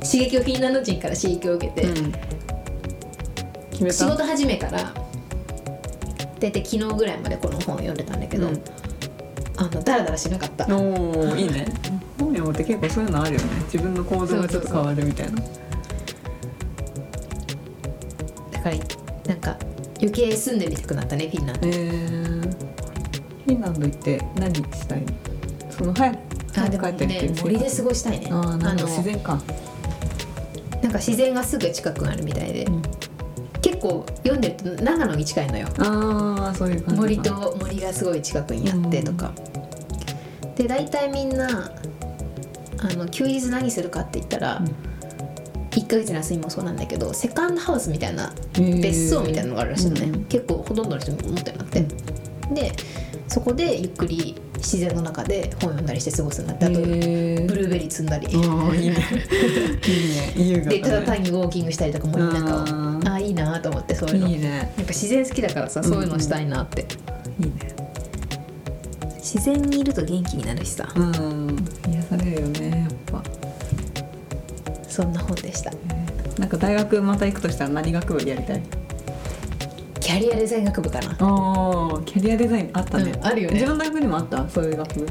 S2: 刺激をフィンランド人から刺激を受けて、
S1: うん決めた
S2: 仕事始めから大体昨日ぐらいまでこの本を読んでたんだけど、
S1: うん
S2: あのだらだらしなかった。
S1: おおいいね本名って結構そういうのあるよね自分の行動がちょっと変わるみたいな
S2: だからなんか余計住んでみたくなったねフィンランド
S1: へえフィンランド行って何したいのその早く
S2: あで
S1: 帰
S2: も
S1: ってって
S2: ね
S1: いう生活
S2: 森で過ごしたいね
S1: あーなんか
S2: あの
S1: 自然感
S2: なんか自然がすぐ近くにあるみたいで、
S1: うん
S2: 結構読んでると長野に近いのよ
S1: ああそういう感じ
S2: 森と森がすごい近くにあってとか、で大体みんなあの休日何するかって言ったら、
S1: うん
S2: 1ヶ月の休みもそうなんだけどセカンドハウスみたいな別
S1: 別
S2: 荘みたいなのがあるらしいのね、
S1: うん
S2: 結構ほとんどの人持ってるなって、でそこでゆっくり自然の中で本読んだりして過ごすんだってあとブルーベリー摘んだり、
S1: ああ いいねいいね優雅
S2: でただ
S1: ね
S2: 単にウォーキングしたりとか森の中を
S1: あ
S2: ああいいなと思ってそう
S1: ー
S2: いうの
S1: いいね
S2: やっぱ自然好きだからさ
S1: ん
S2: そういうのしたいなって、
S1: いいね
S2: 自然にいると元気になるしさ
S1: うん癒されるよねやっぱ
S2: そんな本でした
S1: なんか大学また行くとしたら何学部でやりたい
S2: キャリアデザイン学部かな
S1: ああキャリアデザインあったね、
S2: うんあるよね
S1: 自分の大学にもあったそういう学部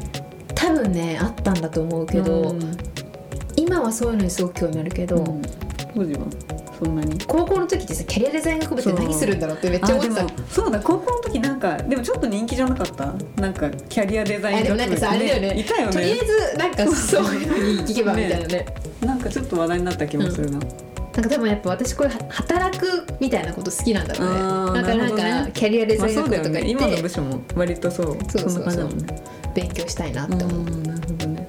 S2: 多分ねあったんだと思うけど、
S1: うん
S2: 今はそういうのにすごく興味あるけど、
S1: うん当時はそんなに
S2: 高校の時ってさキャリアデザイン学部って何するんだろうってめっちゃ思ってた
S1: あでもそうだ高校の時なんかでもちょっと人気じゃなかったなんかキャリアデザイン
S2: あでもなんかさあれだよね
S1: いたよ
S2: とりあえ
S1: ね
S2: ずなんかそういうのに行けばみたいなね
S1: なんかちょっと話題になった気もするな、
S2: なんかでもやっぱ私これは働くみたいなこと好きなんだろうね
S1: あー
S2: なんか
S1: な
S2: な
S1: るほ
S2: ん
S1: どね
S2: かキャリアデ
S1: ま
S2: ザ
S1: あ
S2: イン
S1: そ
S2: 学
S1: う
S2: 部
S1: だ
S2: と
S1: よ
S2: か
S1: ね
S2: 行
S1: 今の
S2: っ
S1: 部
S2: て
S1: 署も割とそう
S2: そうそうそう
S1: な
S2: ん
S1: 感じだもんね
S2: 勉強したいなっ
S1: う
S2: て思う、
S1: んなるほどね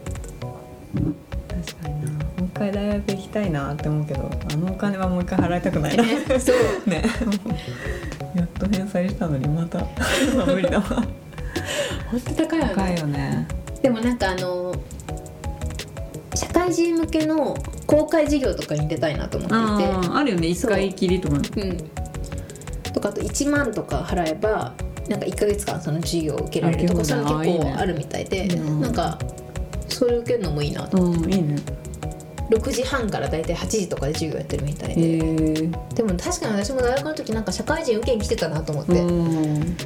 S1: 確かになもう一回大学行きたいなって思うけどあのお金はもう一回払いたくないな
S2: ねそ う
S1: ねやっと返済したのにまた 無理だわ
S2: 本当高いよね
S1: 高いよね
S2: でもなんかあの社会人向けの公開事業とかに出たいなと思ってい
S1: あるよね一回きりとか
S2: てうんとかあと1万とか払えばなんか1か月間その事業を受けられると
S1: あ
S2: か
S1: 受け
S2: そうい
S1: 放
S2: う
S1: 題あーいい
S2: の結
S1: ね
S2: 構あるみたいで
S1: うん
S2: なんかそれ受けるのもいいなと
S1: うんいいね
S2: 6時半から大体8時とかで授業やってるみたい
S1: へ
S2: で、
S1: え
S2: でも確かに私も大学の時なんか社会人受けに来てたなと思って、
S1: うん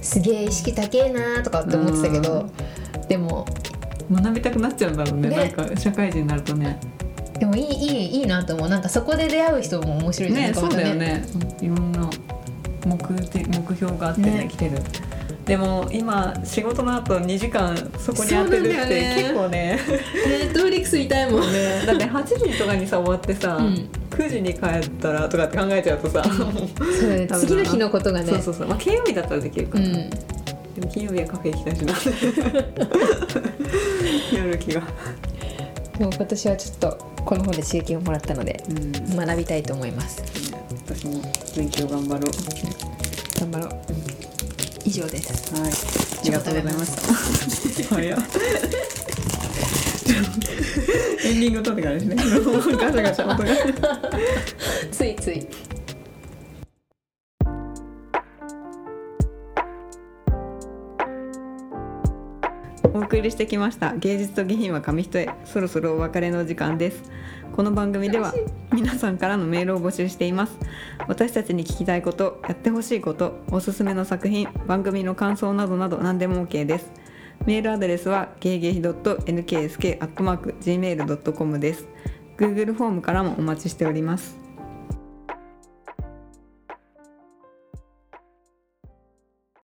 S2: すげえ意識高えなーとかって思ってたけどでも
S1: 学びたくなっちゃうんだろうね
S2: ね
S1: なんか社会人になるとね
S2: でもいいいいいいなと思うなんかそこで出会う人も面白いじゃない
S1: ね
S2: か
S1: そう
S2: また
S1: だよねいろんな目的目標があってね
S2: ね
S1: 来てるでも今仕事の後2時間そこに当てる
S2: そうな
S1: っ
S2: んだよ
S1: て
S2: ね
S1: 結構ね
S2: ネットフリックスみたいもん
S1: ねだって8時とかにさ終わってさ、
S2: うん
S1: 9時に帰ったらとかって考えちゃうとさ、
S2: そう
S1: 多分な
S2: 次の日のことがね
S1: そうそうそう、まあ、金曜日だったらできるか
S2: う
S1: ら、
S2: ん
S1: でも金曜日はカフェ行きたいしな 夜気が、
S2: でも今年はちょっとこの本で刺激をもらったので
S1: うん、
S2: 学びたいと思います
S1: 私も勉強頑張ろ
S2: 頑張ろう以上です
S1: うはいありがとうございました早っエンディング撮ってからですねガシャガシャ音が
S2: ついつい
S3: お送りしてきました芸術と下品は紙一重そろそろお別れの時間ですこの番組では
S1: 皆さんからのメールを募集しています私たちに聞きたいことやってほしいことおすすめの作品番組の感想などなど何でも OK ですメールアドレスはゲイゲイ .nksk.gmail.com です Google フォームからもお待ちしております